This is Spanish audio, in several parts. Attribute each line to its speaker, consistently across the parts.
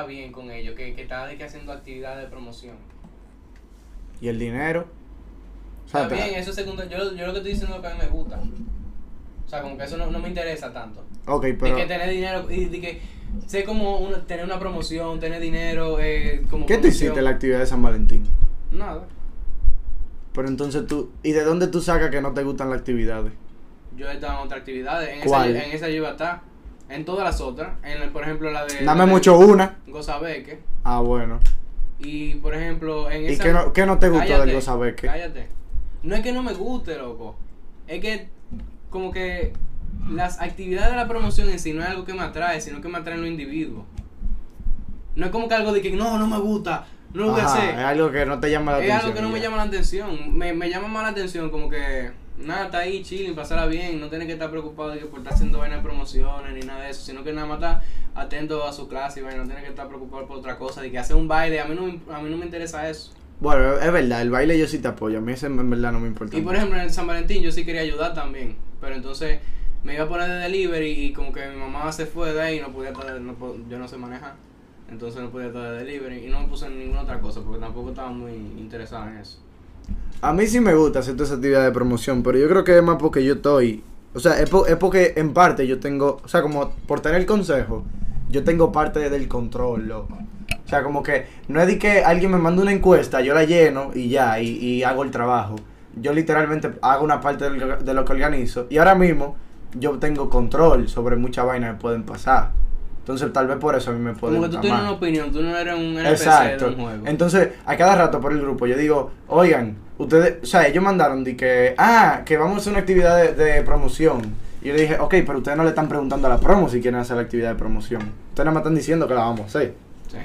Speaker 1: está bien con ellos, que, que está de que haciendo actividades de promoción.
Speaker 2: Y el dinero. O sea,
Speaker 1: Está
Speaker 2: te-
Speaker 1: bien, eso es segundo. Yo, yo lo que estoy diciendo es lo que a mí me gusta. O sea, como que eso no, no me interesa tanto.
Speaker 2: ok,
Speaker 1: De
Speaker 2: pero.
Speaker 1: que tener dinero, y de que sé como una- tener una promoción, tener dinero, eh, como.
Speaker 2: ¿Qué tú
Speaker 1: promoción.
Speaker 2: hiciste en la actividad de San Valentín?
Speaker 1: Nada.
Speaker 2: Pero entonces tú. ¿Y de dónde tú sacas que no te gustan las actividades?
Speaker 1: Yo he estado en otras actividades. En
Speaker 2: ¿Cuál?
Speaker 1: esa en esa yo iba a estar. En todas las otras. En, la- por ejemplo, la de.
Speaker 2: Dame mucho una.
Speaker 1: Gozabeque.
Speaker 2: Ah, bueno.
Speaker 1: Y por ejemplo, en
Speaker 2: ¿Y
Speaker 1: esa.
Speaker 2: qué no, qué no te gustó
Speaker 1: Cállate,
Speaker 2: del Gozabeque?
Speaker 1: Cállate. No es que no me guste, loco. Es que, como que las actividades de la promoción en sí no es algo que me atrae, sino que me atraen los individuos. No es como que algo de que no, no me gusta, no lo voy a
Speaker 2: Ajá,
Speaker 1: hacer.
Speaker 2: Es algo que no te llama la
Speaker 1: Es
Speaker 2: atención.
Speaker 1: algo que no me
Speaker 2: ya.
Speaker 1: llama la atención. Me, me llama más la atención como que nada, está ahí chilling, pasará bien, no tiene que estar preocupado de que por estar haciendo vainas de promociones ni nada de eso, sino que nada más está atento a su clase y vaina, no tiene que estar preocupado por otra cosa, de que hace un baile, a mí no, me- a mí no me interesa eso.
Speaker 2: Bueno, es verdad, el baile yo sí te apoyo. A mí ese en verdad no me importa.
Speaker 1: Y por ejemplo, en el San Valentín yo sí quería ayudar también, pero entonces me iba a poner de delivery y como que mi mamá se fue de ahí y no podía estar, no po- yo no sé manejar, entonces no podía estar de delivery y no me puse en ninguna otra cosa porque tampoco estaba muy interesada en eso.
Speaker 2: A mí sí me gusta hacer toda esa actividad de promoción, pero yo creo que es más porque yo estoy. O sea, es, po- es porque en parte yo tengo. O sea, como por tener el consejo, yo tengo parte del control, loco. O sea, como que no es de que alguien me manda una encuesta, yo la lleno y ya, y, y hago el trabajo. Yo literalmente hago una parte del- de lo que organizo. Y ahora mismo yo tengo control sobre muchas vainas que pueden pasar. Entonces, tal vez por eso a mí me puede
Speaker 1: Como que tú tienes una opinión, tú no eres un NPC
Speaker 2: Exacto.
Speaker 1: de un juego.
Speaker 2: Entonces, a cada rato por el grupo, yo digo, oigan, ustedes, o sea, ellos mandaron de que, ah, que vamos a hacer una actividad de, de promoción. Y yo le dije, ok, pero ustedes no le están preguntando a la promo si quieren hacer la actividad de promoción. Ustedes nada más están diciendo que la vamos a hacer.
Speaker 1: Sí.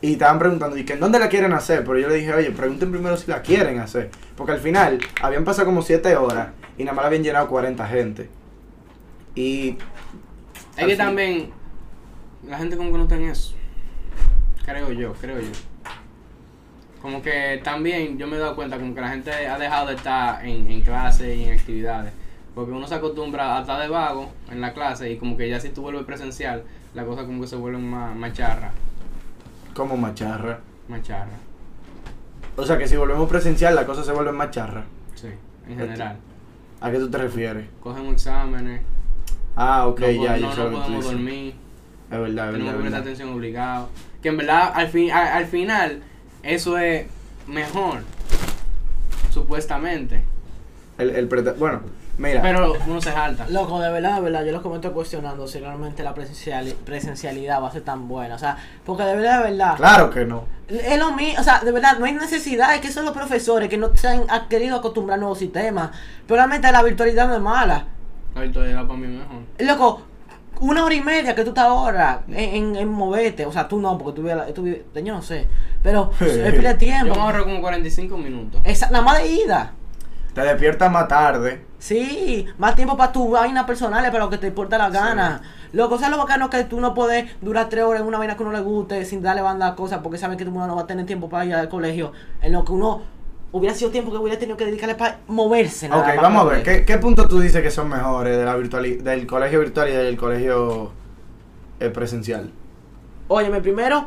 Speaker 2: Y estaban preguntando, ¿y que en dónde la quieren hacer? Pero yo le dije, oye, pregunten primero si la quieren hacer. Porque al final, habían pasado como 7 horas y nada más la habían llenado 40 gente. Y
Speaker 1: Es
Speaker 2: Al
Speaker 1: que
Speaker 2: fin.
Speaker 1: también la gente como que no está en eso. Creo yo, creo yo. Como que también yo me he dado cuenta como que la gente ha dejado de estar en, en clase y en actividades. Porque uno se acostumbra a estar de vago en la clase y como que ya si tú vuelves presencial, la cosa como que se vuelve más, más charra.
Speaker 2: como macharra.
Speaker 1: Más charra,
Speaker 2: O sea que si volvemos presencial, la cosa se vuelve macharra.
Speaker 1: sí,
Speaker 2: Pues
Speaker 1: en general.
Speaker 2: ¿A qué tú te refieres?
Speaker 1: Cogemos exámenes,
Speaker 2: Ah, ok,
Speaker 1: no,
Speaker 2: ya,
Speaker 1: po-
Speaker 2: yo
Speaker 1: no,
Speaker 2: sé
Speaker 1: no
Speaker 2: lo que tú
Speaker 1: podemos
Speaker 2: dices.
Speaker 1: dormir.
Speaker 2: Es verdad, es
Speaker 1: tenemos
Speaker 2: verdad.
Speaker 1: que
Speaker 2: es
Speaker 1: prestar
Speaker 2: verdad.
Speaker 1: atención obligado. Que en verdad, al, fin, a- al final, eso es mejor. Supuestamente.
Speaker 2: El, el preta- Bueno, mira,
Speaker 1: Pero uno se jalta.
Speaker 3: Loco, de verdad, de verdad, yo los comento cuestionando si realmente la presenciali- presencialidad va a ser tan buena. O sea, porque de verdad, de verdad.
Speaker 2: claro que no.
Speaker 3: Es lo mismo, o sea, de verdad, no hay necesidad, es que son los profesores que no se han ha querido acostumbrar a nuevos sistemas. Pero realmente la virtualidad no es mala.
Speaker 1: La virtualidad para mí es mejor.
Speaker 3: Loco, una hora y media que tú estás ahora en, en, en moverte, o sea, tú no, porque tú vives, la- tú vives- yo no sé, pero es pila de
Speaker 1: Yo
Speaker 3: tiempo.
Speaker 1: me ahorro como 45 minutos.
Speaker 3: Esa- nada más de ida.
Speaker 2: Te despiertas más tarde.
Speaker 3: Sí, más tiempo para tus vainas personales, para lo que te importa la gana. Loco, ¿sabes lo bacano que tú no puedes durar tres horas en una vaina que uno le guste sin darle banda a cosas porque saben que uno no va a tener tiempo para ir al colegio? En lo que uno hubiera sido tiempo que hubiera tenido que dedicarle para moverse. nada
Speaker 2: ok,
Speaker 3: más
Speaker 2: vamos a
Speaker 3: para
Speaker 2: ver,
Speaker 3: mover.
Speaker 2: ¿qué, qué punto tú dices que son mejores de la virtuali- del colegio virtual y del colegio eh, presencial?
Speaker 3: Óyeme, primero,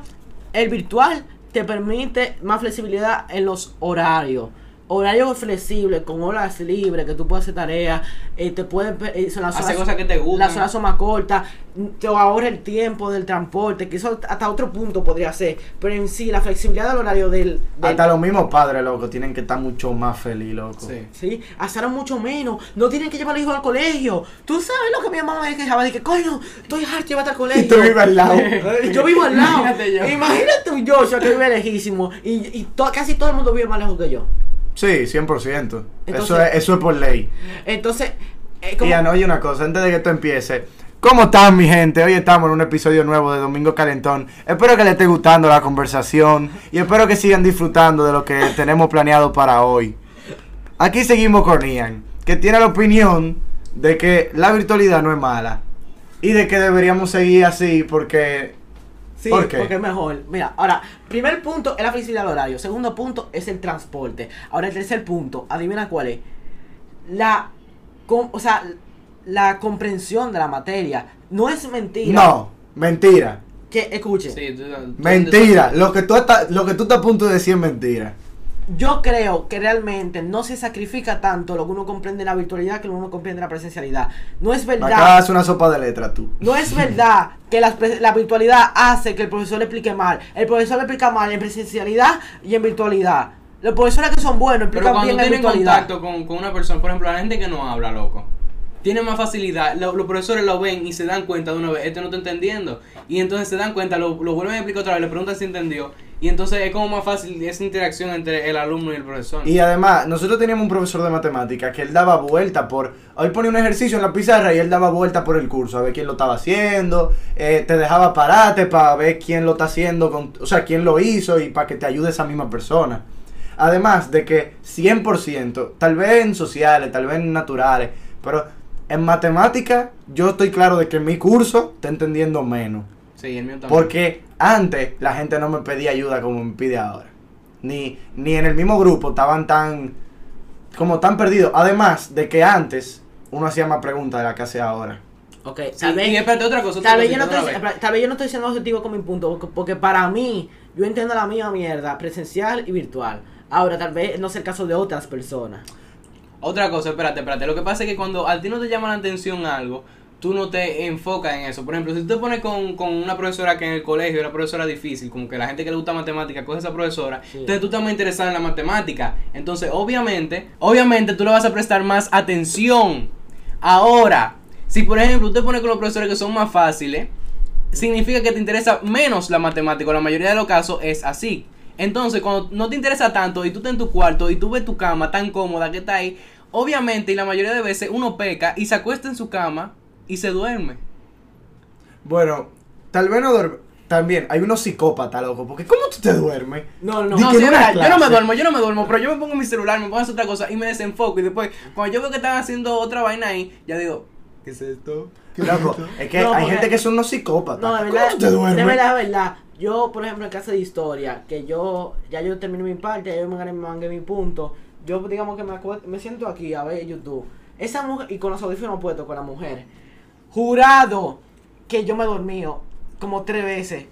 Speaker 3: el virtual te permite más flexibilidad en los horarios. Horarios flexibles, con horas libres, que tú puedes hacer tareas, eh, te puedes... eh, son las
Speaker 1: Hacer
Speaker 3: horas-
Speaker 1: cosas que te gustan.
Speaker 3: Las horas son más cortas, mm, te ahorra el tiempo del transporte, que eso hasta otro punto podría ser. Pero en sí, la flexibilidad del horario del. del-
Speaker 2: Hasta los mismos padres, loco, tienen que estar mucho más feliz, loco.
Speaker 1: Sí.
Speaker 3: Sí, hacer mucho menos. No tienen que llevar al hijo al colegio. Tú sabes lo que mi mamá me quejaba. Dije, coño, estoy harto, llévate al colegio.
Speaker 2: Y tú vives al lado.
Speaker 3: Y yo vivo al lado.
Speaker 1: Imagínate
Speaker 3: Imagínate
Speaker 1: yo.
Speaker 3: yo. Joshua, que vive lejísimo. Y, y to- casi todo el mundo vive más lejos que yo.
Speaker 2: Sí, 100%. eso,
Speaker 3: Entonces-
Speaker 2: es, eso es por ley.
Speaker 3: Entonces, eh,
Speaker 2: Y
Speaker 3: como-
Speaker 2: Ana, oye una cosa, antes de que esto empiece. ¿Cómo están mi gente? Hoy estamos en un episodio nuevo de Domingo Calentón. Espero que les esté gustando la conversación y espero que sigan disfrutando de lo que tenemos planeado para hoy. Aquí seguimos con Ian, que tiene la opinión de que la virtualidad no es mala y de que deberíamos seguir así porque...
Speaker 3: Sí,
Speaker 2: ¿Por qué?
Speaker 3: porque es mejor. Mira, ahora, primer punto es la flexibilidad del horario. Segundo punto es el transporte. Ahora, el tercer punto, adivina cuál es. La, com- o sea, la comprensión de la materia. No es mentira.
Speaker 2: No, mentira.
Speaker 3: que escuche,
Speaker 1: Sí, tú- tú-
Speaker 2: Mentira, lo que, tú estás, lo que tú estás a punto de decir es mentira.
Speaker 3: yo creo que realmente no se sacrifica tanto lo que uno comprende en la virtualidad que lo que uno comprende en la presencialidad. No es
Speaker 2: Me acabas de
Speaker 3: verdad.
Speaker 2: hacer una sopa de letras tú.
Speaker 3: No es verdad que las pres- la virtualidad hace que el profesor le explique mal. El profesor le explica mal en presencialidad y en virtualidad. Los profesores que son buenos
Speaker 1: Pero
Speaker 3: explican
Speaker 1: cuando
Speaker 3: bien en
Speaker 1: tienen
Speaker 3: virtualidad.
Speaker 1: contacto con, con una persona, por ejemplo, la gente que no habla, loco, tiene más facilidad. Lo- los profesores lo ven y se dan cuenta de una vez, este no está entendiendo. Y entonces se dan cuenta, lo, lo vuelven a explicar otra vez, le preguntan si entendió. Y entonces es como más fácil esa interacción entre el alumno y el profesor.
Speaker 2: Y además, nosotros teníamos un profesor de matemáticas que él daba vuelta por. Él ponía un ejercicio en la pizarra y él daba vuelta por el curso, a ver quién lo estaba haciendo. eh, te dejaba pararte para ver quién lo está haciendo, con, o sea, quién lo hizo y para que te ayude esa misma persona. Además de que 100%, tal vez en sociales, tal vez en naturales, pero en matemáticas yo estoy claro de que mi curso está entendiendo menos.
Speaker 1: sí, el mío también.
Speaker 2: Porque antes la gente no me pedía ayuda como me pide ahora. Ni, ni en el mismo grupo estaban tan. como tan perdidos. Además de que antes uno hacía más preguntas de las que hace ahora.
Speaker 3: Ok,
Speaker 1: Sí,
Speaker 3: tal
Speaker 1: y
Speaker 3: vez-
Speaker 1: espérate, otra cosa. otra
Speaker 3: Tal vez, yo
Speaker 1: cosita,
Speaker 3: no estoy,
Speaker 1: otra vez.
Speaker 3: tal vez yo no estoy siendo objetivo con mi punto, porque, porque para mí, yo entiendo la misma mierda, presencial y virtual. Ahora, tal vez no sea el caso de otras personas.
Speaker 1: Otra cosa, espérate, espérate. Lo que pasa es que cuando a ti no te llama la atención algo, tú no te enfocas en eso. Por ejemplo, si tú te pones con, con una profesora que en el colegio era profesora difícil, como que la gente que le gusta matemática coge esa profesora,
Speaker 3: Sí.
Speaker 1: entonces tú estás más interesado en la matemática. Entonces, obviamente, obviamente tú le vas a prestar más atención. Ahora, si por ejemplo, tú te pones con los profesores que son más fáciles, significa que te interesa menos la matemática. o La mayoría de los casos es así. Entonces, cuando no te interesa tanto y tú estás en tu cuarto y tú ves tu cama tan cómoda que está ahí, obviamente y la mayoría de veces uno peca y se acuesta en su cama y se duerme.
Speaker 2: Bueno, tal vez no duerme. También, hay unos psicópatas, loco. Porque ¿cómo tú te duermes?
Speaker 3: No,
Speaker 2: no.
Speaker 3: no.
Speaker 2: Di
Speaker 1: No,
Speaker 2: que
Speaker 1: sí,
Speaker 2: no era
Speaker 1: mira, yo no me
Speaker 2: clase.
Speaker 1: duermo, yo no me duermo, pero yo me pongo mi celular, me pongo a hacer otra cosa y me desenfoco y después, cuando yo veo que están haciendo otra vaina ahí, ya digo, ¿qué es esto?
Speaker 2: Loco, es que
Speaker 3: No,
Speaker 2: hay
Speaker 3: porque-
Speaker 2: gente que son unos psicópatas.
Speaker 3: No, de
Speaker 2: ¿Cómo
Speaker 3: verdad,
Speaker 2: tú te
Speaker 3: de
Speaker 2: duermes?
Speaker 3: verdad, de verdad. Yo, por ejemplo, en clase de historia, que yo, ya yo termino mi parte, ya yo me gané, me gané mi punto. Yo, digamos que me, acue- me siento aquí a ver YouTube. Esa mujer, y con los audífonos puestos, con la mujer. Jurado que yo me dormí como tres veces.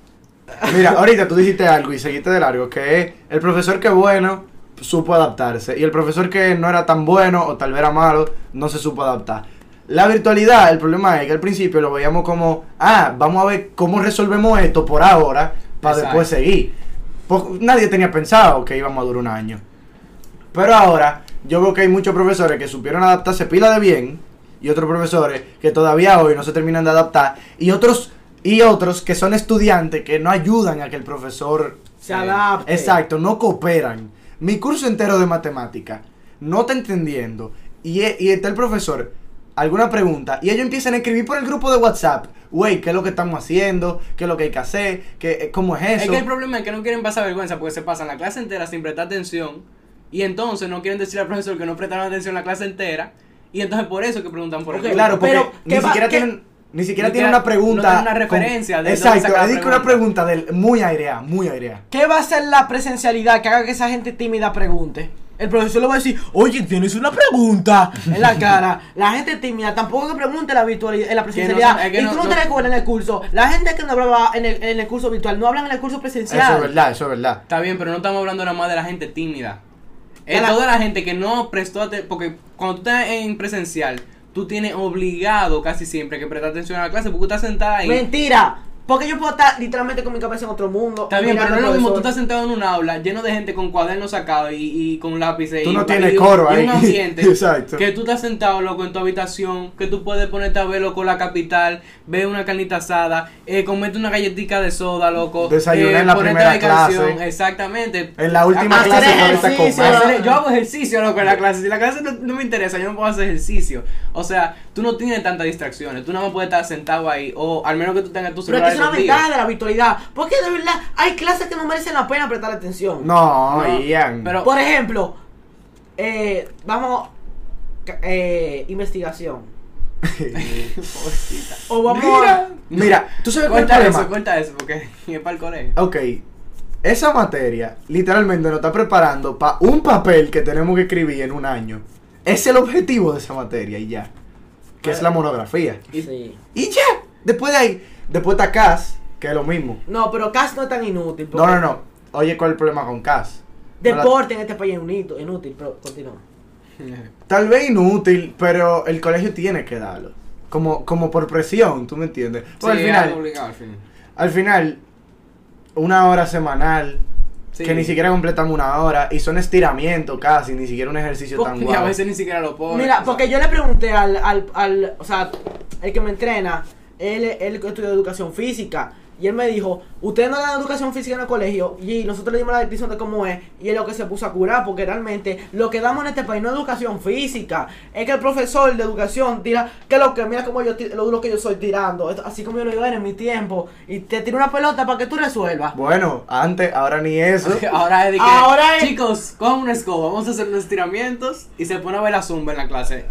Speaker 2: Mira, ahorita tú dijiste algo y seguiste de largo, que es el profesor que es bueno supo adaptarse y el profesor que no era tan bueno o tal vez era malo no se supo adaptar. La virtualidad, el problema es que al principio lo veíamos como, ah, vamos a ver cómo resolvemos esto por ahora para
Speaker 1: Exacto.
Speaker 2: después seguir. Po- nadie tenía pensado que íbamos a durar un año. Pero ahora yo veo que hay muchos profesores que supieron adaptarse pila de bien y otros profesores que todavía hoy no se terminan de adaptar y otros y otros que son estudiantes que no ayudan a que el profesor
Speaker 3: Se
Speaker 1: Sí.
Speaker 3: adapte.
Speaker 2: exacto, no cooperan. Mi curso entero de matemática no está entendiendo y, e- y está el profesor alguna pregunta y ellos empiezan a escribir por el grupo de WhatsApp, "Güey, ¿qué es lo que estamos haciendo? ¿Qué es lo que hay que hacer? ¿Qué eh, cómo es eso?"
Speaker 1: Es que el problema es que no quieren pasar vergüenza porque se pasan la clase entera sin prestar atención y entonces no quieren decir al profesor que no prestaron atención la clase entera y entonces por eso es que preguntan por el
Speaker 3: Ok,
Speaker 1: grupo.
Speaker 2: Claro, porque
Speaker 3: Pero,
Speaker 2: ni
Speaker 3: ¿qué va-
Speaker 2: siquiera
Speaker 3: qué-
Speaker 2: tienen ni siquiera
Speaker 1: Ni
Speaker 2: tienen
Speaker 1: siquiera-
Speaker 2: una pregunta.
Speaker 1: no tienen una referencia de dónde
Speaker 2: exacto,
Speaker 1: sacar la
Speaker 2: es que una
Speaker 1: pregunta.
Speaker 2: pregunta del muy aireada, muy aireada.
Speaker 3: ¿Qué va a ser la presencialidad que haga que esa gente tímida pregunte? El profesor le va a decir, oye, tienes una pregunta en la cara. La gente tímida tampoco que pregunte en la virtualidad, en la presencialidad.
Speaker 1: sabe- es que
Speaker 3: y
Speaker 1: no-
Speaker 3: tú no, te
Speaker 1: no-
Speaker 3: recuerdas en el curso. La gente que no hablaba en el, en el curso virtual, no hablan en el curso presencial.
Speaker 2: Eso es verdad, eso es verdad.
Speaker 1: Está bien, pero no estamos hablando nada más de la gente tímida.
Speaker 3: De
Speaker 1: Es
Speaker 3: la-
Speaker 1: toda la gente que no prestó atención. Porque cuando tú estás en presencial, tú tienes obligado casi siempre que prestar atención a la clase porque tú estás sentada ahí.
Speaker 3: Mentira. Porque yo puedo estar literalmente con mi cabeza en otro mundo.
Speaker 1: Está bien, pero no
Speaker 3: mirando
Speaker 1: es
Speaker 3: al
Speaker 1: lo mismo. Tú
Speaker 3: profesor.
Speaker 1: estás sentado en un aula lleno de gente con cuadernos sacados y, y con lápices.
Speaker 2: Tú
Speaker 1: y-
Speaker 2: no
Speaker 1: y
Speaker 2: tienes
Speaker 1: un-
Speaker 2: coro
Speaker 1: y
Speaker 2: ahí.
Speaker 1: un ambiente.
Speaker 2: Exacto.
Speaker 1: Que tú estás sentado, loco, en tu habitación. Que tú puedes ponerte a ver, loco, la capital. Ver una carnita asada. Eh, comerte una galletita de soda, loco.
Speaker 2: Desayunar
Speaker 1: eh,
Speaker 2: en la
Speaker 1: ponerte
Speaker 2: primera
Speaker 1: a ver canción.
Speaker 2: clase.
Speaker 1: Exactamente.
Speaker 2: En la última
Speaker 1: Hacer
Speaker 2: clase tú
Speaker 3: ejercicio.
Speaker 2: ahorita
Speaker 1: Para
Speaker 2: comas.
Speaker 1: hacer- yo hago ejercicio, loco, en la clase. Si la clase no, no me interesa, yo no puedo hacer ejercicio. O sea, tú no tienes tantas distracciones. Tú nada más puedes estar sentado ahí. O al menos que tú tengas tu
Speaker 3: Pero es que
Speaker 1: celular
Speaker 3: es una
Speaker 1: contigo.
Speaker 3: ventaja de la virtualidad. Porque de verdad hay clases que no merecen la pena prestar atención.
Speaker 2: No,
Speaker 1: No,
Speaker 2: Ian.
Speaker 1: pero-
Speaker 3: Por ejemplo, eh, vamos. ca- Eh, investigación.
Speaker 1: Pobrecita.
Speaker 3: O vamos
Speaker 2: mira,
Speaker 3: a-
Speaker 2: mira, tú sabes cuál es el
Speaker 1: Corta eso,
Speaker 2: problema.
Speaker 1: corta eso, porque es para el colegio.
Speaker 2: Ok. Esa materia literalmente nos está preparando para un papel que tenemos que escribir en un año. Es el objetivo de esa materia y ya. Que es la monografía.
Speaker 1: Y-
Speaker 3: Sí.
Speaker 2: Y ya, después de ahí, después está CAS, que es lo mismo.
Speaker 3: No, pero Cas no es tan inútil.
Speaker 2: No,
Speaker 3: porque
Speaker 2: no, no. Oye, ¿cuál es el problema con Cass?
Speaker 3: Deporte en este país es inútil, inútil, pero continúa.
Speaker 2: Tal vez inútil, pero el colegio tiene que darlo. Como, como por presión, ¿tú me entiendes? Porque
Speaker 1: Sí,
Speaker 2: al
Speaker 1: es algo
Speaker 2: final,
Speaker 1: obligado al final.
Speaker 2: al final, una hora semanal,
Speaker 1: Sí.
Speaker 2: que ni siquiera completamos una hora, y son estiramientos casi, ni siquiera un ejercicio
Speaker 3: Porque
Speaker 2: tan
Speaker 1: Y a
Speaker 2: guapo.
Speaker 1: veces ni siquiera lo ponen.
Speaker 3: Mira, porque yo le pregunté al, al, al, o sea, el que me entrena, él, él estudió educación física. Y él me dijo, ustedes no le dan educación física en el colegio y nosotros le dimos la descripción de cómo es y es lo que se puso a curar porque realmente lo que damos en este país no es educación física, es que el profesor de educación tira, que lo que, mira como yo, ti- lo duro que yo soy tirando, esto- así como yo lo iba a ver en mi tiempo y te tira una pelota para que tú resuelvas.
Speaker 2: Bueno, antes, ahora ni eso.
Speaker 1: Ahora es de que,
Speaker 3: Ahora es-
Speaker 1: chicos, cojan una escoba, vamos a hacer unos estiramientos y se pone a ver la zumba en la clase.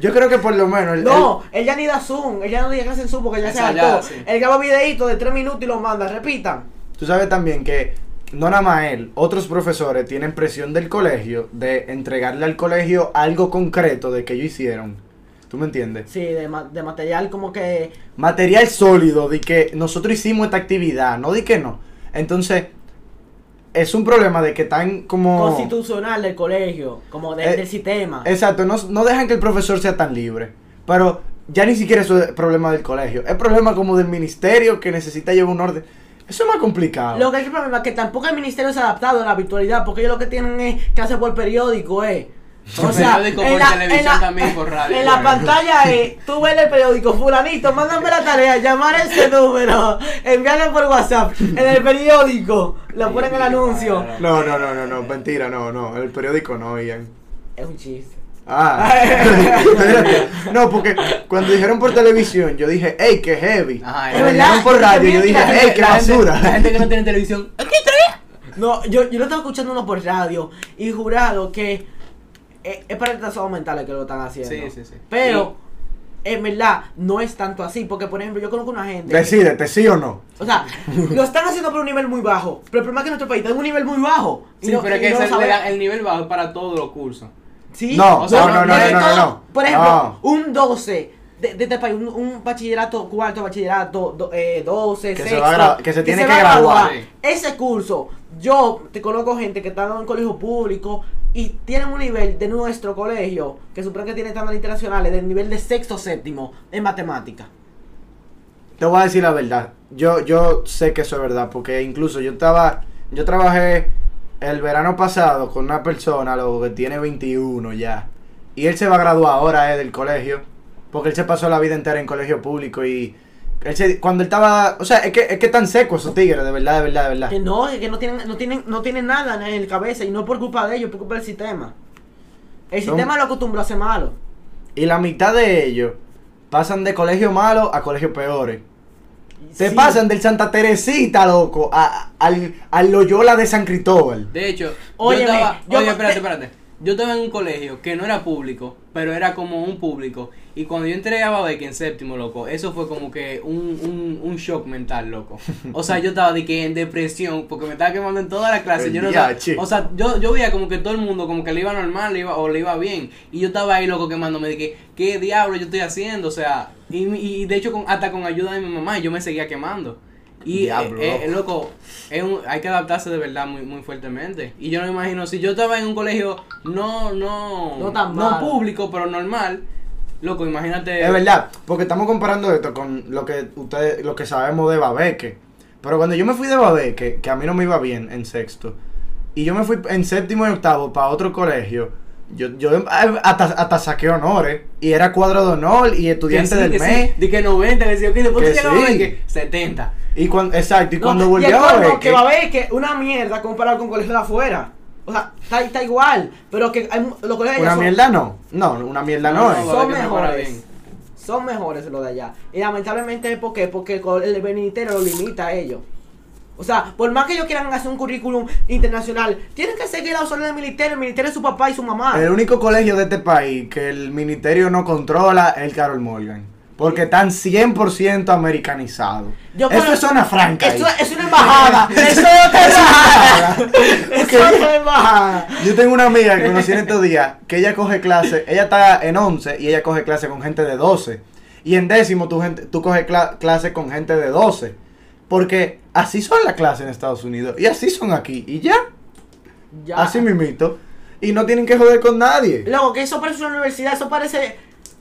Speaker 2: Yo creo que por lo menos. el-
Speaker 3: No, él ya ni da Zoom, él ya no diga que hacen Zoom porque ya se
Speaker 1: Esa ya,
Speaker 3: hartó.
Speaker 1: sí.
Speaker 3: Él graba videitos de 3 minutos y los manda, repitan.
Speaker 2: Tú sabes también que no nada más él, otros profesores tienen presión del colegio de entregarle al colegio algo concreto de que ellos hicieron. ¿Tú me entiendes?
Speaker 3: Sí, de, ma- de material como que...
Speaker 2: Material sólido de que nosotros hicimos esta actividad, no de que no. Entonces, es un problema de que tan como...
Speaker 3: Constitucional del colegio, como de-
Speaker 2: Eh,
Speaker 3: del sistema.
Speaker 2: Exacto, no, no dejan que el profesor sea tan libre. Pero ya ni siquiera eso es problema del colegio. Es problema como del ministerio que necesita llevar un orden. Eso es más complicado.
Speaker 3: Lo que es el problema es que tampoco el ministerio se ha adaptado a la virtualidad, porque ellos lo que tienen es que hacer por periódico, eh. O
Speaker 1: Por
Speaker 3: sea,
Speaker 1: periódico, por televisión también y por radio.
Speaker 3: en la
Speaker 1: Bueno.
Speaker 3: pantalla eh, tú ves el periódico, fulanito, mándame la tarea, llamar a ese número, enviarle por WhatsApp, en el periódico, lo ponen en el anuncio.
Speaker 2: No, no, no, no, no, mentira, no, no. El periódico no, Ian.
Speaker 3: Es un chiste.
Speaker 2: Ah. Espérate. no, porque cuando dijeron por televisión, yo dije, ¡ey, qué heavy!
Speaker 1: Ajá,
Speaker 2: Cuando
Speaker 1: es
Speaker 2: dijeron
Speaker 3: verdad,
Speaker 2: por
Speaker 3: yo
Speaker 2: radio, yo
Speaker 3: también
Speaker 2: dije,
Speaker 3: vi la
Speaker 2: ¡ey, qué
Speaker 1: la gente,
Speaker 2: basura!
Speaker 1: la gente que no tiene televisión.
Speaker 3: No, yo, yo lo estaba escuchando uno por radio y jurado que eh, es para retrasados mentales que lo están haciendo.
Speaker 1: Sí, sí, sí.
Speaker 3: Pero en verdad no es tanto así, porque por ejemplo yo conozco una gente. que-
Speaker 2: Decídete, ¿sí o no?
Speaker 3: O sea, lo están haciendo por un nivel muy bajo. Pero el problema es que nuestro país está en un nivel muy bajo. y
Speaker 1: Sí,
Speaker 3: no-
Speaker 1: pero
Speaker 3: y
Speaker 1: es que
Speaker 3: no
Speaker 1: ese
Speaker 3: lo
Speaker 1: es
Speaker 3: sabe-
Speaker 1: el, el nivel bajo para todos los cursos.
Speaker 3: Sí,
Speaker 2: No,
Speaker 3: o sea,
Speaker 1: no, no, no,
Speaker 3: pero
Speaker 1: no,
Speaker 2: no,
Speaker 3: todo-
Speaker 2: no.
Speaker 3: Por ejemplo,
Speaker 2: No.
Speaker 3: un 12 de, de este país, un, un bachillerato, cuarto bachillerato, do- eh, 12,
Speaker 2: Que se
Speaker 3: sexto,
Speaker 2: va a gra- que se tiene que
Speaker 3: va a
Speaker 2: graduar.
Speaker 1: Sí.
Speaker 3: Ese curso, yo te conozco gente que está en un colegio público y tienen un nivel de nuestro colegio, que supone que tiene estándares internacionales, del nivel de sexto, séptimo, en matemática.
Speaker 2: Te voy a decir la verdad. Yo, yo sé que eso es verdad, porque incluso yo estaba, yo trabajé el verano pasado con una persona, lo que tiene 21 ya, y él se va a graduar ahora eh, del colegio, porque él se pasó la vida entera en colegio público y él se- cuando él estaba, o sea, es que, es que tan seco esos tigres, de verdad, de verdad, de verdad.
Speaker 3: Que no, que no tienen, no tienen, no tienen nada en el cabeza y no por culpa de ellos, por culpa del sistema. El
Speaker 2: Son-
Speaker 3: sistema lo acostumbró a hacer malo.
Speaker 2: Y la mitad de ellos pasan de colegio malo a colegio peores. Se
Speaker 3: Sí.
Speaker 2: pasan del Santa Teresita, loco, a- al, al Loyola de San Cristóbal.
Speaker 1: De hecho,
Speaker 3: Óyeme,
Speaker 1: yo estaba.
Speaker 3: yo- eh,
Speaker 1: oye, espérate, espérate. Yo estaba en un colegio que no era público, pero era como un público. Y cuando yo entré a Babeque en séptimo, loco, eso fue como que un, un, un shock mental, loco. O sea, yo estaba de que en depresión, porque me estaba quemando en toda la clase. Yo no sabía-
Speaker 2: Diache.
Speaker 1: o sea, yo, yo veía como que todo el mundo como que le iba normal le iba, o le iba bien. Y yo estaba ahí, loco, quemándome de que, ¿qué diablo yo estoy haciendo? O sea, y, mi- y de hecho, con, hasta con ayuda de mi mamá, yo me seguía quemando. Y,
Speaker 2: Diablo,
Speaker 1: eh, eh, loco, es un- hay que adaptarse de verdad muy, muy fuertemente. Y yo no me imagino, si yo estaba en un colegio no, no,
Speaker 3: No tan malo.
Speaker 1: público, pero normal, loco, imagínate.
Speaker 2: Es verdad, porque estamos comparando esto con lo que ustedes, lo que sabemos de Babeque. Pero cuando yo me fui de Babeque, que a mí no me iba bien en sexto, y yo me fui en séptimo y octavo para otro colegio, yo, yo hasta, hasta saqué honores, y era cuadro de honor y
Speaker 1: que
Speaker 2: estudiante
Speaker 1: sí,
Speaker 2: del
Speaker 1: que sí,
Speaker 2: mes.
Speaker 1: de que 90, que sí, ok, después
Speaker 2: Que
Speaker 1: tú llegabas a ver
Speaker 2: sí.
Speaker 1: que 70.
Speaker 2: Y cuando, exacto, y
Speaker 3: No,
Speaker 2: cuando eh,
Speaker 3: y
Speaker 2: volví
Speaker 3: el
Speaker 2: a
Speaker 3: colmo
Speaker 2: Babeque,
Speaker 3: que va a ver que una mierda comparado con colegios de afuera. O sea, está, está igual, pero que hay mu- los colegios de allá
Speaker 2: una
Speaker 3: son,
Speaker 2: mierda no, no, una mierda
Speaker 1: No,
Speaker 2: no,
Speaker 1: no,
Speaker 2: es.
Speaker 1: Babeque
Speaker 3: son
Speaker 1: mejora bien.
Speaker 3: mejores. Son mejores los de allá. Y lamentablemente, ¿por qué? Porque el, co- el ministerio lo limita a ellos. O sea, por más que ellos quieran hacer un currículum internacional, tienen que seguir la órdenes del ministerio. El ministerio es su papá y su mamá.
Speaker 2: El único colegio de este país que el ministerio no controla es el Carol Morgan. Porque están 100% americanizados.
Speaker 3: Yo
Speaker 2: Eso
Speaker 3: creo-
Speaker 2: es zona franca.
Speaker 3: Eso
Speaker 2: ahí.
Speaker 3: es, es una embajada. eso es otra embajada. Eso es otra embajada.
Speaker 2: Yo tengo una amiga que conocí en estos días que ella coge clase, ella está en 11 y ella coge clase con gente de 12. Y en décimo tú, gente, tú coges cla- clase con gente de 12. Porque así son las clases en Estados Unidos. Y así son aquí. Y ya.
Speaker 4: Ya.
Speaker 2: Así mismito. Y no tienen que joder con nadie.
Speaker 3: Luego, que eso parece una universidad, eso parece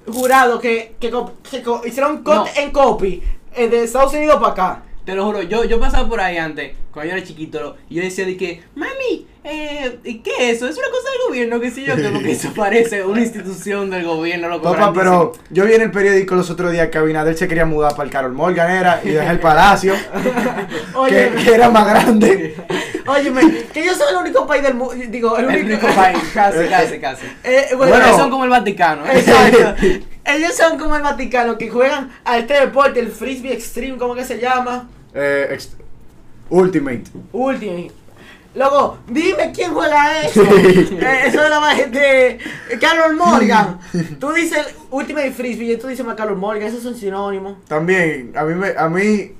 Speaker 3: jurado que, que, co- que co- hicieron cut
Speaker 4: No.
Speaker 3: en copy eh, de Estados Unidos para acá.
Speaker 1: Te lo juro, yo, yo pasaba por ahí antes, cuando yo era chiquito, lo- y yo decía de que, mami, eh, ¿y ¿qué es eso? Es una cosa del gobierno, qué sé yo, que porque eso parece una institución del gobierno, loco.
Speaker 2: Papá, pero
Speaker 1: grandísimo.
Speaker 2: yo vi en el periódico los otros días que Abinader se quería mudar para el Carol Morgan era y dejar el palacio, que,
Speaker 3: Óyeme,
Speaker 2: que era más grande.
Speaker 3: óyeme, que yo soy el único país del mundo, digo, el
Speaker 1: El
Speaker 3: único,
Speaker 1: único país, casi, casi, casi.
Speaker 3: Eh, bueno,
Speaker 2: Bueno.
Speaker 1: Ellos son como el Vaticano. ¿eh?
Speaker 3: exacto. Ellos son como el Vaticano que juegan a este deporte, el frisbee extreme, ¿cómo que se llama?
Speaker 2: Eh, ex- Ultimate.
Speaker 3: Ultimate. Luego, dime quién juega eso. Eh, eso era más de Carol Morgan. Tú dices Ultimate Frisbee y tú dices más Carol Morgan. Esos son sinónimos.
Speaker 2: También, a mí, me- a mí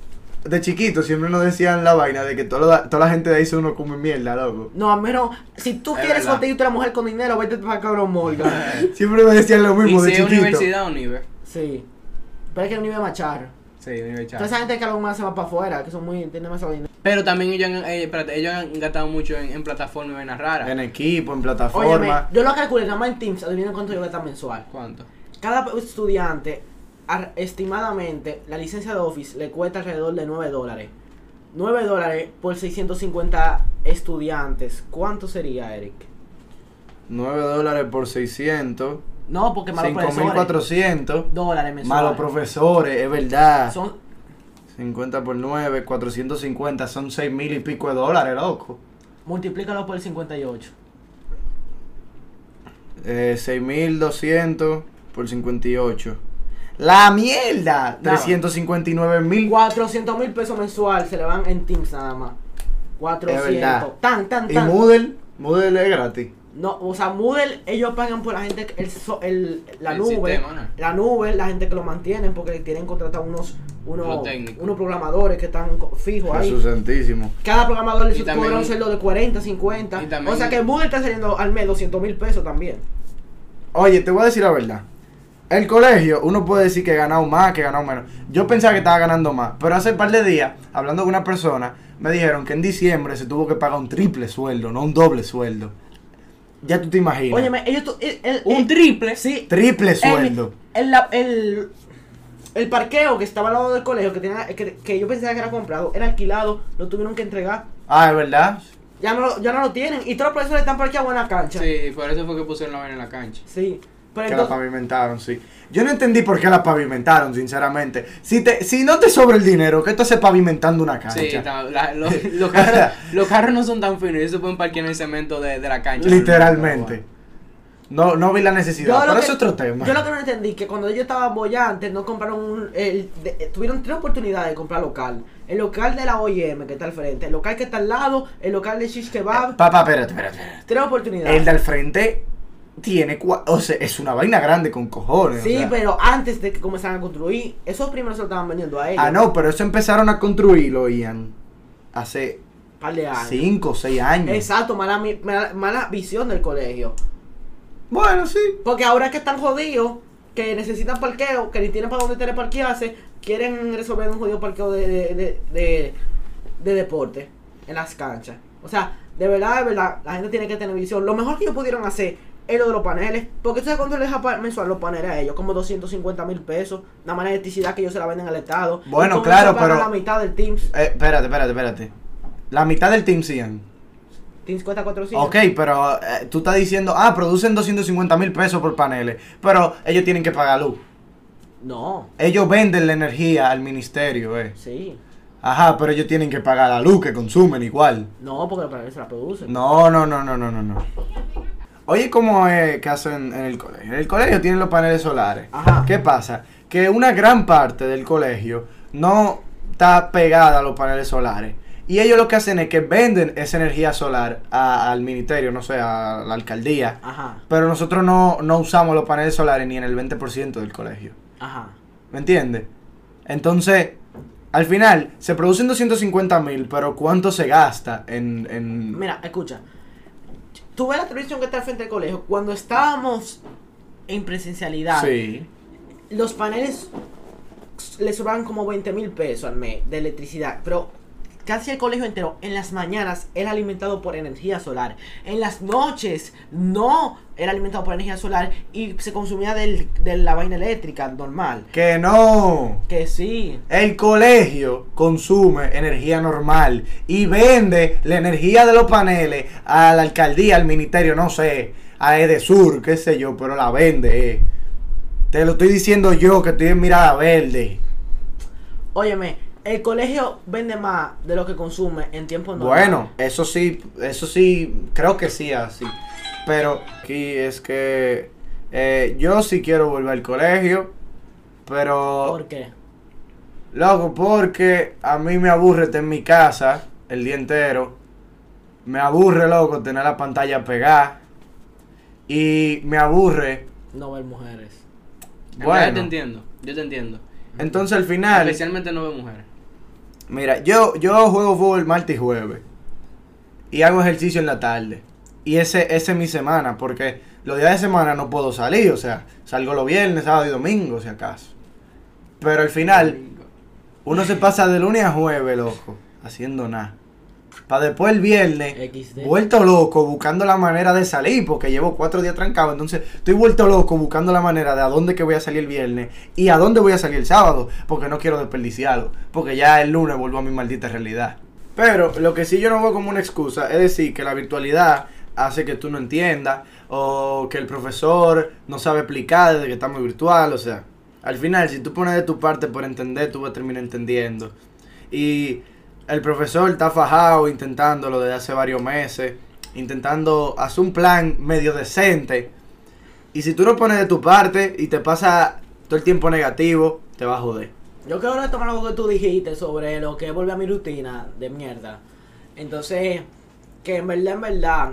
Speaker 2: de chiquito siempre nos decían la vaina de que toda la, toda la gente de ahí se uno come mierda, loco.
Speaker 3: No, a menos si tú
Speaker 1: Es
Speaker 3: quieres
Speaker 1: verdad.
Speaker 3: conseguirte una mujer con dinero, vete para Carol Morgan.
Speaker 2: Siempre me decían lo
Speaker 1: Y
Speaker 2: mismo de
Speaker 1: si es
Speaker 2: chiquito.
Speaker 1: universidad o nivel.
Speaker 3: Sí. Pero es que no iba a machar.
Speaker 1: Sí, universidad.
Speaker 3: Toda esa gente que lo más se va para afuera, que son muy. tienen más dinero.
Speaker 1: Pero también ellos han, eh, espérate, ellos han gastado mucho en, en plataformas y vainas raras.
Speaker 2: En equipo, en
Speaker 3: Óyeme,
Speaker 2: plataforma.
Speaker 3: yo lo calculé nada más en Teams, adivinen cuánto yo gasto mensual.
Speaker 1: ¿Cuánto?
Speaker 3: Cada estudiante, ar- estimadamente, la licencia de Office le cuesta alrededor de 9 dólares. 9 dólares por 650 estudiantes. ¿Cuánto sería, Eric?
Speaker 2: 9 dólares por 600.
Speaker 3: No, porque más los profesores.
Speaker 2: 5400.
Speaker 3: dólares
Speaker 2: Más
Speaker 3: mensuales.
Speaker 2: los profesores, es verdad.
Speaker 3: Son,
Speaker 2: 50 por 9, 450, son 6 mil y pico de dólares, loco.
Speaker 3: multiplícalo por 58.
Speaker 2: Eh, 6.200 por 58. ¡La mierda!
Speaker 3: Nada.
Speaker 2: 359 mil.
Speaker 3: 400 mil pesos mensual se le van en Teams nada más.
Speaker 2: Es verdad.
Speaker 3: 400. Tan, tan,
Speaker 2: Y
Speaker 3: tan.
Speaker 2: Moodle, Moodle es gratis.
Speaker 3: No, o sea, Moodle, ellos pagan por la gente, que- el, so- el- la
Speaker 1: El
Speaker 3: nube,
Speaker 1: sistema, ¿no?
Speaker 3: la nube, la gente que lo mantiene, porque tienen contratado unos,
Speaker 1: Los
Speaker 3: unos,
Speaker 1: técnicos.
Speaker 3: unos programadores que están co- fijos ahí.
Speaker 2: Jesús santísimo.
Speaker 3: Cada programador
Speaker 1: Y
Speaker 3: les
Speaker 1: también-
Speaker 3: cobra un sueldo de 40, 50.
Speaker 1: Y también-
Speaker 3: o sea que Moodle está saliendo al mes 200 mil pesos también.
Speaker 2: Oye, te voy a decir la verdad. El colegio, uno puede decir que he ganado más, que he ganado menos. Yo pensaba que estaba ganando más, pero hace un par de días, hablando con una persona, me dijeron que en diciembre se tuvo que pagar un triple sueldo, no un doble sueldo. Ya tú te imaginas.
Speaker 3: Óyeme, ellos... tu- el- el-
Speaker 1: Un
Speaker 3: el-
Speaker 1: triple.
Speaker 3: eh, Sí.
Speaker 2: triple
Speaker 3: el-
Speaker 2: sueldo.
Speaker 3: El, la- el- el parqueo que estaba al lado del colegio, que, tenía, que, que yo pensaba que era comprado, era alquilado, lo tuvieron que entregar.
Speaker 2: Ah, es verdad.
Speaker 3: Ya no, lo- ya no lo tienen. Y todos los profesores están parqueados en la cancha.
Speaker 1: Sí, por eso fue que pusieron la vaina en la cancha.
Speaker 3: Sí. Pero
Speaker 2: Que la
Speaker 3: entonces-
Speaker 2: pavimentaron, sí. Yo no entendí por qué la pavimentaron, sinceramente. Si, te, si no te sobra el dinero, ¿qué tú haces pavimentando una cancha?
Speaker 1: Sí, está- la- lo- los, carros, los carros no son tan finos, ellos se pueden parquear en el cemento de, de la cancha.
Speaker 2: Literalmente. No, no vi la
Speaker 3: Yo
Speaker 2: necesidad,
Speaker 3: lo
Speaker 2: pero
Speaker 3: que-
Speaker 2: es otro tema.
Speaker 3: Yo lo que no entendí que cuando ellos estaban bollantes no compraron un. el- de- eh, tuvieron tres oportunidades de comprar local. El local de la OIM que está al frente, el local que está al lado, el local de Shish Kebab.
Speaker 2: Papá, espérate, espérate. espérate.
Speaker 3: tres
Speaker 2: El de
Speaker 3: oportunidades.
Speaker 2: al frente tiene cua- o sea, es una vaina grande con cojones. o
Speaker 3: Sí,
Speaker 2: sea.
Speaker 3: pero antes de que comenzaran a construir, esos primeros se lo estaban vendiendo a ellos.
Speaker 2: Ah, no, pero eso empezaron a construirlo, Ian, hace
Speaker 3: Par de años.
Speaker 2: 5 o 6 años.
Speaker 3: Exacto, mala, mi- mala, mala visión del colegio.
Speaker 2: Bueno, sí.
Speaker 3: Porque ahora que están jodidos, que necesitan parqueo, que ni tienen para dónde tener parquearse, quieren resolver un jodido parqueo de, de, de, de- de deporte en las canchas. O sea, de verdad, de verdad, la gente tiene que tener visión. Lo mejor que ellos pudieron hacer es lo de los paneles. Porque tú sabes cuánto les deja pa- mensual los paneles a ellos, como 250 mil pesos. Nada más la electricidad que ellos se la venden al Estado.
Speaker 2: Bueno,
Speaker 3: Y con
Speaker 2: claro,
Speaker 3: eso pagan
Speaker 2: pero-
Speaker 3: La mitad del Teams.
Speaker 2: Eh, espérate, espérate, espérate. La mitad del Team Ian.
Speaker 3: Teams cuesta 400.
Speaker 2: Ok, pero eh, tú estás diciendo, ah, producen 250 mil pesos por paneles, pero ellos tienen que pagar luz.
Speaker 3: No,
Speaker 2: Ellos venden la energía al ministerio, eh.
Speaker 3: sí.
Speaker 2: Ajá, pero ellos tienen que pagar la luz que consumen igual.
Speaker 3: No, porque los paneles se la producen.
Speaker 2: No, no, no, no, no, no, no. Oye, ¿cómo es que hacen en el colegio? En el colegio tienen los paneles solares.
Speaker 3: Ajá.
Speaker 2: ¿Qué pasa? Que una gran parte del colegio no está pegada a los paneles solares. Y ellos lo que hacen es que venden esa energía solar a- al ministerio, no sé, a la alcaldía.
Speaker 3: Ajá,
Speaker 2: Pero nosotros no, no usamos los paneles solares ni en el 20% del colegio.
Speaker 3: ajá.
Speaker 2: ¿Me entiendes? Entonces, al final, se producen 250 mil, pero ¿cuánto se gasta en... en...
Speaker 3: Mira, escucha. Tú ves la televisión que está al frente del colegio. Cuando estábamos en presencialidad,
Speaker 2: Sí.
Speaker 3: los paneles le sobraban como 20 mil pesos al mes de electricidad. Pero casi el colegio entero en las mañanas era alimentado por energía solar. En las noches no era alimentado por energía solar y se consumía del- de la vaina eléctrica normal.
Speaker 2: Que no.
Speaker 3: Que sí.
Speaker 2: El colegio consume energía normal y vende la energía de los paneles a la alcaldía, al ministerio, no sé, a Edesur, qué sé yo, pero la vende. eh. Te lo estoy diciendo yo que estoy en mirada verde.
Speaker 3: Óyeme, el colegio vende más de lo que consume en tiempo normal.
Speaker 2: Bueno, eso sí, eso sí, creo que sí, así. Pero aquí es que eh, yo sí quiero volver al colegio, pero...
Speaker 3: ¿Por qué?
Speaker 2: Loco, porque a mí me aburre estar en mi casa el día entero. Me aburre, loco, tener la pantalla pegada. Y me aburre.
Speaker 3: No ver mujeres.
Speaker 1: En verdad te
Speaker 2: Bueno,
Speaker 1: entiendo, yo te entiendo.
Speaker 2: entonces al final,
Speaker 1: Especialmente no veo mujeres.
Speaker 2: mira, yo, yo juego fútbol martes y jueves. Y hago ejercicio en la tarde. Y ese, ese es mi semana, porque los días de semana no puedo salir. O sea, salgo los viernes, sábado y domingo, si acaso. Pero al final, Uno se pasa de lunes a jueves, loco, haciendo nada. Para después el viernes,
Speaker 3: XD.
Speaker 2: vuelto loco, buscando la manera de salir, porque llevo cuatro días trancado. Entonces, estoy vuelto loco, buscando la manera de a dónde que voy a salir el viernes y a dónde voy a salir el sábado, porque no quiero desperdiciarlo, porque ya el lunes vuelvo a mi maldita realidad. Pero lo que sí yo no veo como una excusa es decir que la virtualidad hace que tú no entiendas o que el profesor no sabe explicar desde que estamos virtual, o sea, al final si tú pones de tu parte por entender, tú vas a terminar entendiendo. Y el profesor está fajado intentándolo desde hace varios meses, intentando hacer un plan medio decente. Y si tú no pones de tu parte y te pasa todo el tiempo negativo, te va a joder.
Speaker 3: Yo quiero retomar algo que tú dijiste sobre lo que vuelve a mi rutina de mierda. Entonces, que en verdad, en verdad,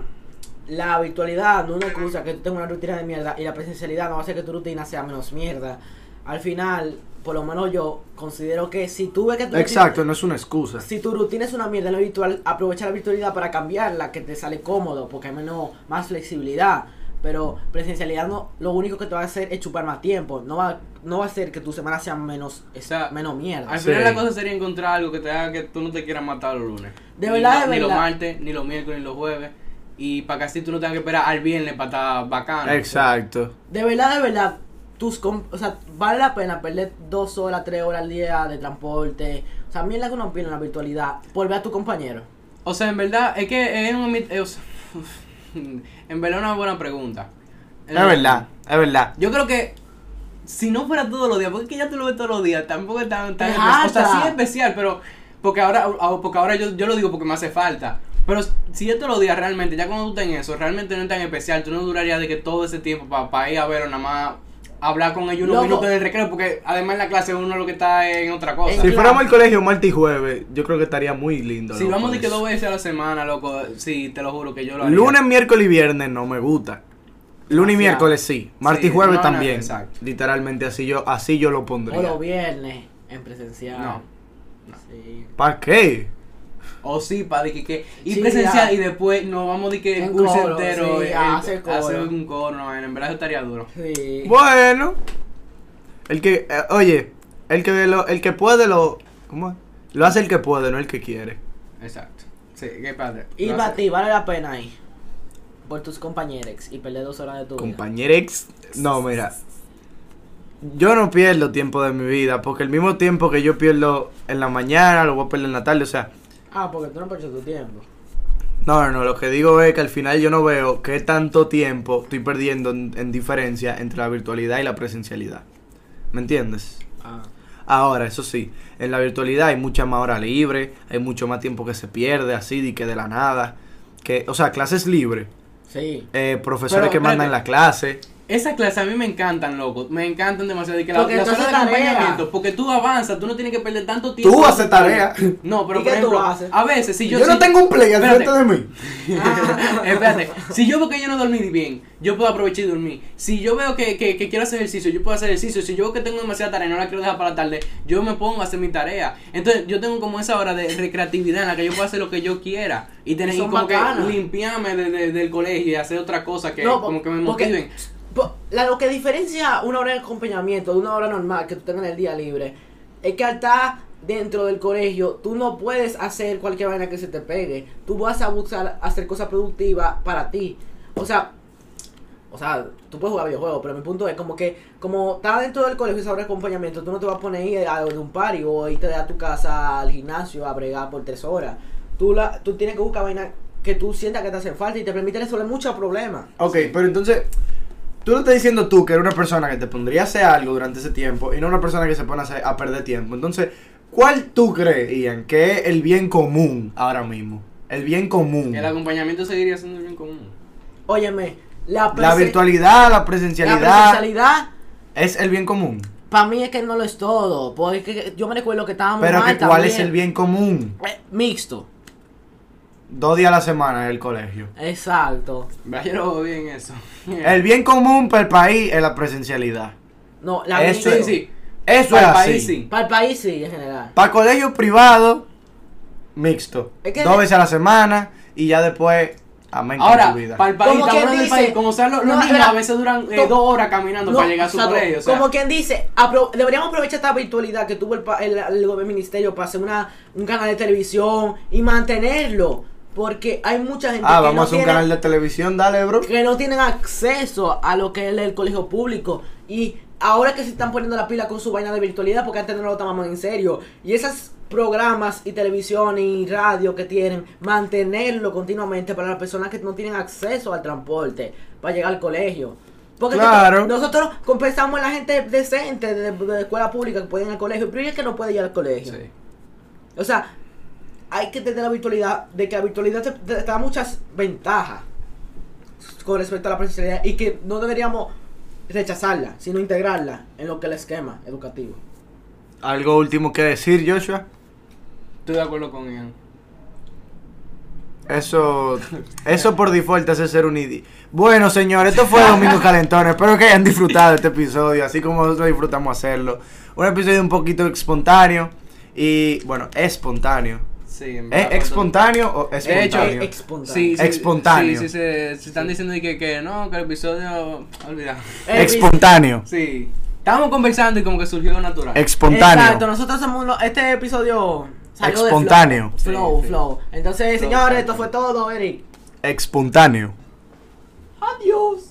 Speaker 3: la virtualidad no es una excusa que tú tengas una rutina de mierda y la presencialidad no va a hacer que tu rutina sea menos mierda. Al final, por lo menos yo considero que si tú ves que tu
Speaker 2: Exacto, no es una excusa.
Speaker 3: Si tu rutina es una mierda en lo virtual, aprovecha la virtualidad para cambiarla, que te sale cómodo, porque hay menos, más flexibilidad. Pero presencialidad no, lo único que te va a hacer es chupar más tiempo. No va, no va a hacer que tu semana sea menos, es-
Speaker 1: O sea,
Speaker 3: menos mierda.
Speaker 1: Al
Speaker 2: Sí.
Speaker 1: final la cosa sería encontrar algo que te haga que tú no te quieras matar los lunes.
Speaker 3: De
Speaker 1: Ni
Speaker 3: verdad,
Speaker 1: lo-
Speaker 3: de
Speaker 1: Ni los
Speaker 3: verdad.
Speaker 1: martes, ni los miércoles, ni los jueves. Y para que así tú no tengas que esperar al viernes para estar bacano.
Speaker 2: Exacto.
Speaker 1: Eh.
Speaker 3: De verdad, de verdad, tus com- o sea, vale la pena perder dos horas, tres horas al día de transporte. O sea, mierda que uno opina en la virtualidad. Por ver a tu compañero.
Speaker 1: O sea, en verdad, es que es un... mit- eh, o sea, en verdad una buena pregunta.
Speaker 2: Es verdad, es verdad.
Speaker 1: Yo creo que si no fuera todos los días, porque es que ya tú lo ves todos los días, tampoco es tan, tan
Speaker 3: Es
Speaker 1: especial. O sea,
Speaker 3: harta.
Speaker 1: sí es especial, pero porque ahora, ah, porque ahora yo, yo lo digo porque me hace falta. Pero si es todos los días realmente, ya cuando tú estás en eso, realmente no es tan especial, tú no durarías de que todo ese tiempo para ir a ver o nada más hablar con ellos unos
Speaker 3: Loco.
Speaker 1: minutos en el recreo, porque además en la clase uno lo que está es en otra cosa.
Speaker 3: Sí,
Speaker 2: Si
Speaker 3: Claro.
Speaker 2: fuéramos al colegio martes y jueves, yo creo que estaría muy lindo.
Speaker 1: si
Speaker 2: loco,
Speaker 1: vamos de que
Speaker 2: eso.
Speaker 1: dos veces a la semana, loco, sí, te lo juro que yo lo haría.
Speaker 2: Lunes, miércoles y viernes no me gusta. Lunes y
Speaker 1: Demasiado.
Speaker 2: miércoles sí. Martes y
Speaker 1: Sí,
Speaker 2: jueves
Speaker 1: no, no,
Speaker 2: también.
Speaker 1: exacto.
Speaker 2: Literalmente así yo, así yo lo
Speaker 3: O los
Speaker 2: pondría.
Speaker 3: viernes, en presencial.
Speaker 1: No.
Speaker 3: Sí.
Speaker 2: ¿Para qué?
Speaker 1: O sí, pa, de que, que- y
Speaker 3: Sí,
Speaker 1: presencial
Speaker 3: ya.
Speaker 1: y después nos vamos de que el
Speaker 3: Un
Speaker 1: curso
Speaker 3: coro,
Speaker 1: entero
Speaker 3: sí,
Speaker 1: eh,
Speaker 3: hace
Speaker 1: eh,
Speaker 3: coro.
Speaker 1: hacer un coro, no, en verdad eso estaría duro.
Speaker 3: Sí.
Speaker 2: Bueno. El que, eh, oye, el que lo, el que puede lo, ¿cómo es? Lo hace el que puede, no el que quiere.
Speaker 1: Exacto. Sí, qué padre.
Speaker 3: Y
Speaker 1: Lo
Speaker 3: para
Speaker 1: hace.
Speaker 3: ti, vale la pena ahí. Por tus compañeros y perder dos horas de tu vida.
Speaker 2: Compañerex. No, mira. Yo no pierdo tiempo de mi vida, porque el mismo tiempo que yo pierdo en la mañana, lo voy a perder en la tarde, o sea,
Speaker 3: Ah, porque tú no perdiste tu tiempo.
Speaker 2: No, no, no, lo que digo es que al final yo no veo qué tanto tiempo estoy perdiendo en, en diferencia entre la virtualidad y la presencialidad. ¿Me entiendes?
Speaker 3: Ah.
Speaker 2: Ahora, eso sí, en la virtualidad hay mucha más hora libre, hay mucho más tiempo que se pierde así de que de la nada. Que, o sea, clases libres,
Speaker 3: Sí.
Speaker 2: eh, profesores
Speaker 1: Pero,
Speaker 2: que mandan
Speaker 1: espérate.
Speaker 2: la clase.
Speaker 1: Esas clases a mí me encantan, loco. Me encantan demasiado. Y que la,
Speaker 3: Porque
Speaker 1: las
Speaker 3: entonces
Speaker 1: horas de
Speaker 3: tarea.
Speaker 1: acompañamiento, porque tú avanzas, tú no tienes que perder tanto tiempo.
Speaker 2: Tú haces tarea.
Speaker 1: No, pero
Speaker 3: ¿Y
Speaker 1: por
Speaker 3: qué tú
Speaker 1: ejemplo,
Speaker 3: haces?
Speaker 1: a veces si yo,
Speaker 2: Yo,
Speaker 1: si-
Speaker 2: no tengo un play al
Speaker 1: Espérate.
Speaker 2: frente de mí.
Speaker 1: Espérate, si yo veo que yo no dormí bien, yo puedo aprovechar y dormir. Si yo veo que, que- que quiero hacer ejercicio, yo puedo hacer ejercicio. Si yo veo que tengo demasiada tarea y no la quiero dejar para la tarde, yo me pongo a hacer mi tarea. Entonces, yo tengo como esa hora de recreatividad en la que yo puedo hacer lo que yo quiera y tener y
Speaker 3: Son
Speaker 1: como
Speaker 3: bacanas.
Speaker 1: que limpiarme de- de- del colegio y hacer otra cosa que
Speaker 3: No,
Speaker 1: como que me
Speaker 3: porque-
Speaker 1: motiven.
Speaker 3: Pues, Po- la- lo que diferencia una hora de acompañamiento de una hora normal que tú tengas en el día libre es que al estar dentro del colegio, tú no puedes hacer cualquier vaina que se te pegue. Tú vas a buscar hacer cosas productivas para ti. O sea, o sea, tú puedes jugar videojuegos, pero mi punto es como que, como estás dentro del colegio y sobre acompañamiento, tú no te vas a poner ahí a de un party o irte a tu casa al gimnasio a bregar por tres horas. Tú, la, tú tienes que buscar vaina que tú sientas que te hacen falta y te permite resolver muchos problemas.
Speaker 2: Ok, pero entonces, tú lo estás diciendo tú que eres una persona que te pondría a hacer algo durante ese tiempo y no una persona que se pone a, hacer- a perder tiempo. Entonces, ¿cuál tú crees, Ian, que es el bien común ahora mismo? El bien común.
Speaker 1: El acompañamiento seguiría siendo bien común.
Speaker 3: Óyeme, la,
Speaker 2: La
Speaker 3: presen-
Speaker 2: virtualidad, la
Speaker 3: la
Speaker 2: presencialidad,
Speaker 3: presencialidad
Speaker 2: es el bien común.
Speaker 3: para mí es que no lo es todo, porque yo me recuerdo que estábamos
Speaker 2: Pero
Speaker 3: mal
Speaker 2: que, ¿cuál es
Speaker 3: también.
Speaker 2: el bien común?
Speaker 3: Eh, mixto.
Speaker 2: Dos días a la semana en el colegio.
Speaker 3: Exacto.
Speaker 1: Brian no veo bien eso.
Speaker 2: El bien común para el país es la presencialidad.
Speaker 3: No, la
Speaker 2: Eso
Speaker 1: sí,
Speaker 2: es-
Speaker 1: sí.
Speaker 2: Eso
Speaker 1: Pa'l
Speaker 2: es así.
Speaker 1: país, sí.
Speaker 3: Para el país sí, en general.
Speaker 2: Para colegio privado, mixto.
Speaker 3: Es que-
Speaker 2: Dos veces a la semana y ya después, amén con
Speaker 1: Ahora,
Speaker 2: tu vida. Ah,
Speaker 1: para el país,
Speaker 3: Como quien
Speaker 1: cabrones del
Speaker 3: dice,
Speaker 1: país, como sean los, los
Speaker 3: no,
Speaker 1: niños,
Speaker 3: era-
Speaker 1: a veces duran eh,
Speaker 3: no,
Speaker 1: dos horas caminando
Speaker 3: No,
Speaker 1: para llegar a su
Speaker 3: exacto.
Speaker 1: colegio. O sea,
Speaker 3: Como quien dice, apro- deberíamos aprovechar esta virtualidad que tuvo el, pa- el, el gobierno ministerio para hacer una, un canal de televisión y mantenerlo. Porque hay mucha gente
Speaker 2: ah,
Speaker 3: que,
Speaker 2: vamos
Speaker 3: no
Speaker 2: a hacer un
Speaker 3: tiene-
Speaker 2: canal de televisión, dale, bro.
Speaker 3: que no tienen acceso a lo que es el colegio público. Y ahora que se están poniendo la pila con su vaina de virtualidad, porque antes no lo tomábamos en serio. Y esos programas y televisión y radio que tienen, mantenerlo continuamente para las personas que no tienen acceso al transporte para llegar al colegio. Porque
Speaker 2: Claro.
Speaker 3: nosotros compensamos a la gente decente de, de escuela pública que puede ir al colegio, pero es que no puede ir al colegio.
Speaker 1: sí.
Speaker 3: O sea, hay que tener la virtualidad, de que la virtualidad te, te- te da muchas ventajas con respecto a la presencialidad y que no deberíamos rechazarla, sino integrarla en lo que es el esquema educativo.
Speaker 2: Algo último que decir, Joshua.
Speaker 1: Estoy de acuerdo con él.
Speaker 2: Eso, eso por default hace ser un idi. Bueno, señores, esto fue Domingo Calentón. Espero que hayan disfrutado este episodio, así como nosotros disfrutamos hacerlo. Un episodio un poquito espontáneo y, bueno, espontáneo.
Speaker 1: Sí, en
Speaker 2: ¿Es
Speaker 1: verdad,
Speaker 2: espontáneo o
Speaker 1: De hecho,
Speaker 2: espontáneo?
Speaker 3: Eh, espontáneo.
Speaker 1: Sí, sí,
Speaker 2: Espontáneo.
Speaker 1: Sí, sí, se, se están diciendo de que, que no, que el episodio. Olvida.
Speaker 3: Eh,
Speaker 2: Espontáneo.
Speaker 1: Sí. Estábamos conversando y como que surgió natural.
Speaker 3: Exacto,
Speaker 2: Espontáneo.
Speaker 3: nosotros somos uno- este episodio salió de
Speaker 2: Espontáneo.
Speaker 3: flow, flow,
Speaker 1: Sí, sí.
Speaker 3: flow. Entonces,
Speaker 1: Flow, exacto.
Speaker 3: señores, esto fue todo, Eric.
Speaker 2: Espontáneo.
Speaker 3: Adiós.